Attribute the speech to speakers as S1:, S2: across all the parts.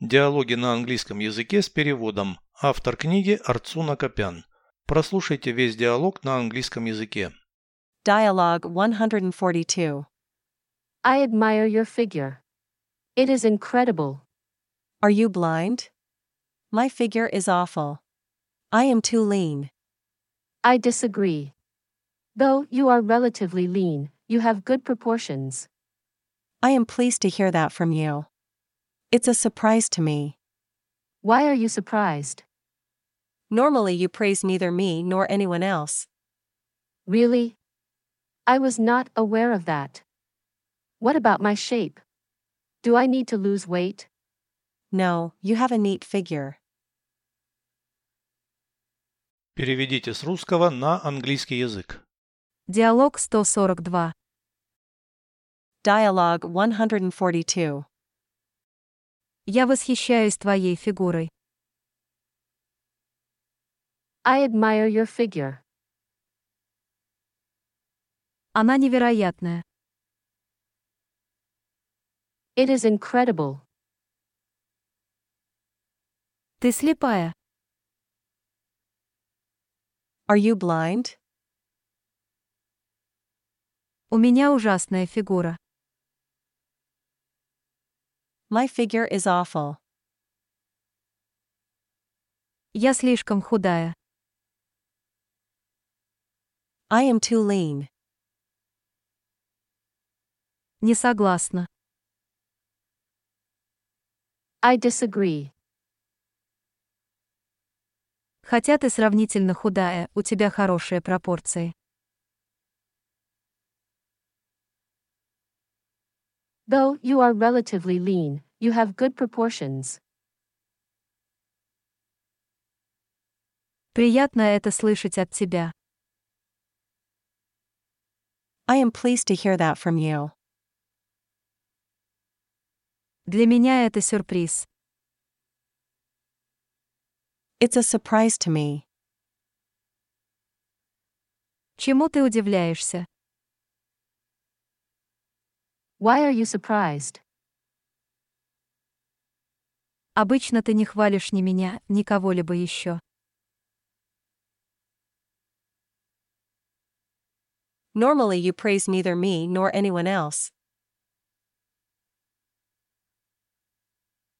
S1: Диалоги на английском языке с переводом. Автор книги Арцуна Копян. Прослушайте весь диалог на английском языке.
S2: Dialogue 142.
S3: I admire your figure. It is incredible.
S2: Are you blind? My figure is awful. I am too lean.
S3: I disagree. Though you are relatively lean, you have good proportions.
S2: I am pleased to hear that from you. It's a surprise to me.
S3: Why are you surprised?
S2: Normally, you praise neither me nor anyone else.
S3: Really? I was not aware of that. What about my shape? Do I need to lose weight?
S2: No, you have a neat figure.
S1: Переведите с русского на английский язык.
S4: Диалог 142.
S2: Dialogue 142.
S4: Я восхищаюсь твоей фигурой.
S3: I admire your figure.
S4: Она невероятная.
S3: It is incredible.
S4: Ты слепая.
S2: Are you blind?
S4: У меня ужасная фигура.
S2: My figure is awful.
S4: Я слишком худая.
S2: I am too lean.
S4: Не согласна.
S3: I disagree.
S4: Хотя ты сравнительно худая, у тебя хорошие пропорции.
S3: Though you are relatively lean, you have good proportions.
S4: Приятно это слышать от тебя.
S2: I am pleased to hear that from you.
S4: Для меня это сюрприз.
S2: It's a surprise to me.
S4: Чему ты удивляешься?
S3: Why are you surprised?
S4: Обычно ты не хвалишь ни меня, ни кого-либо еще.
S2: Normally, you praise neither me nor anyone else.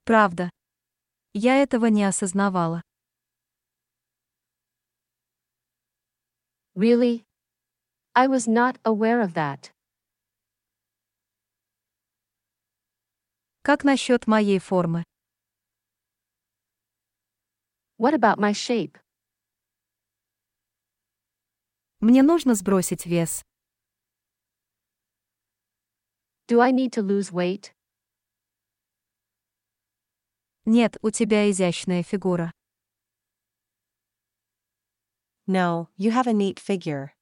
S4: Правда. Я этого не осознавала.
S3: Really? I was not aware of that.
S4: Как насчет моей формы?
S3: What about my shape?
S4: Мне нужно сбросить вес.
S3: Do I need to lose weight?
S4: Нет, у тебя изящная фигура.
S2: No, you have a neat figure.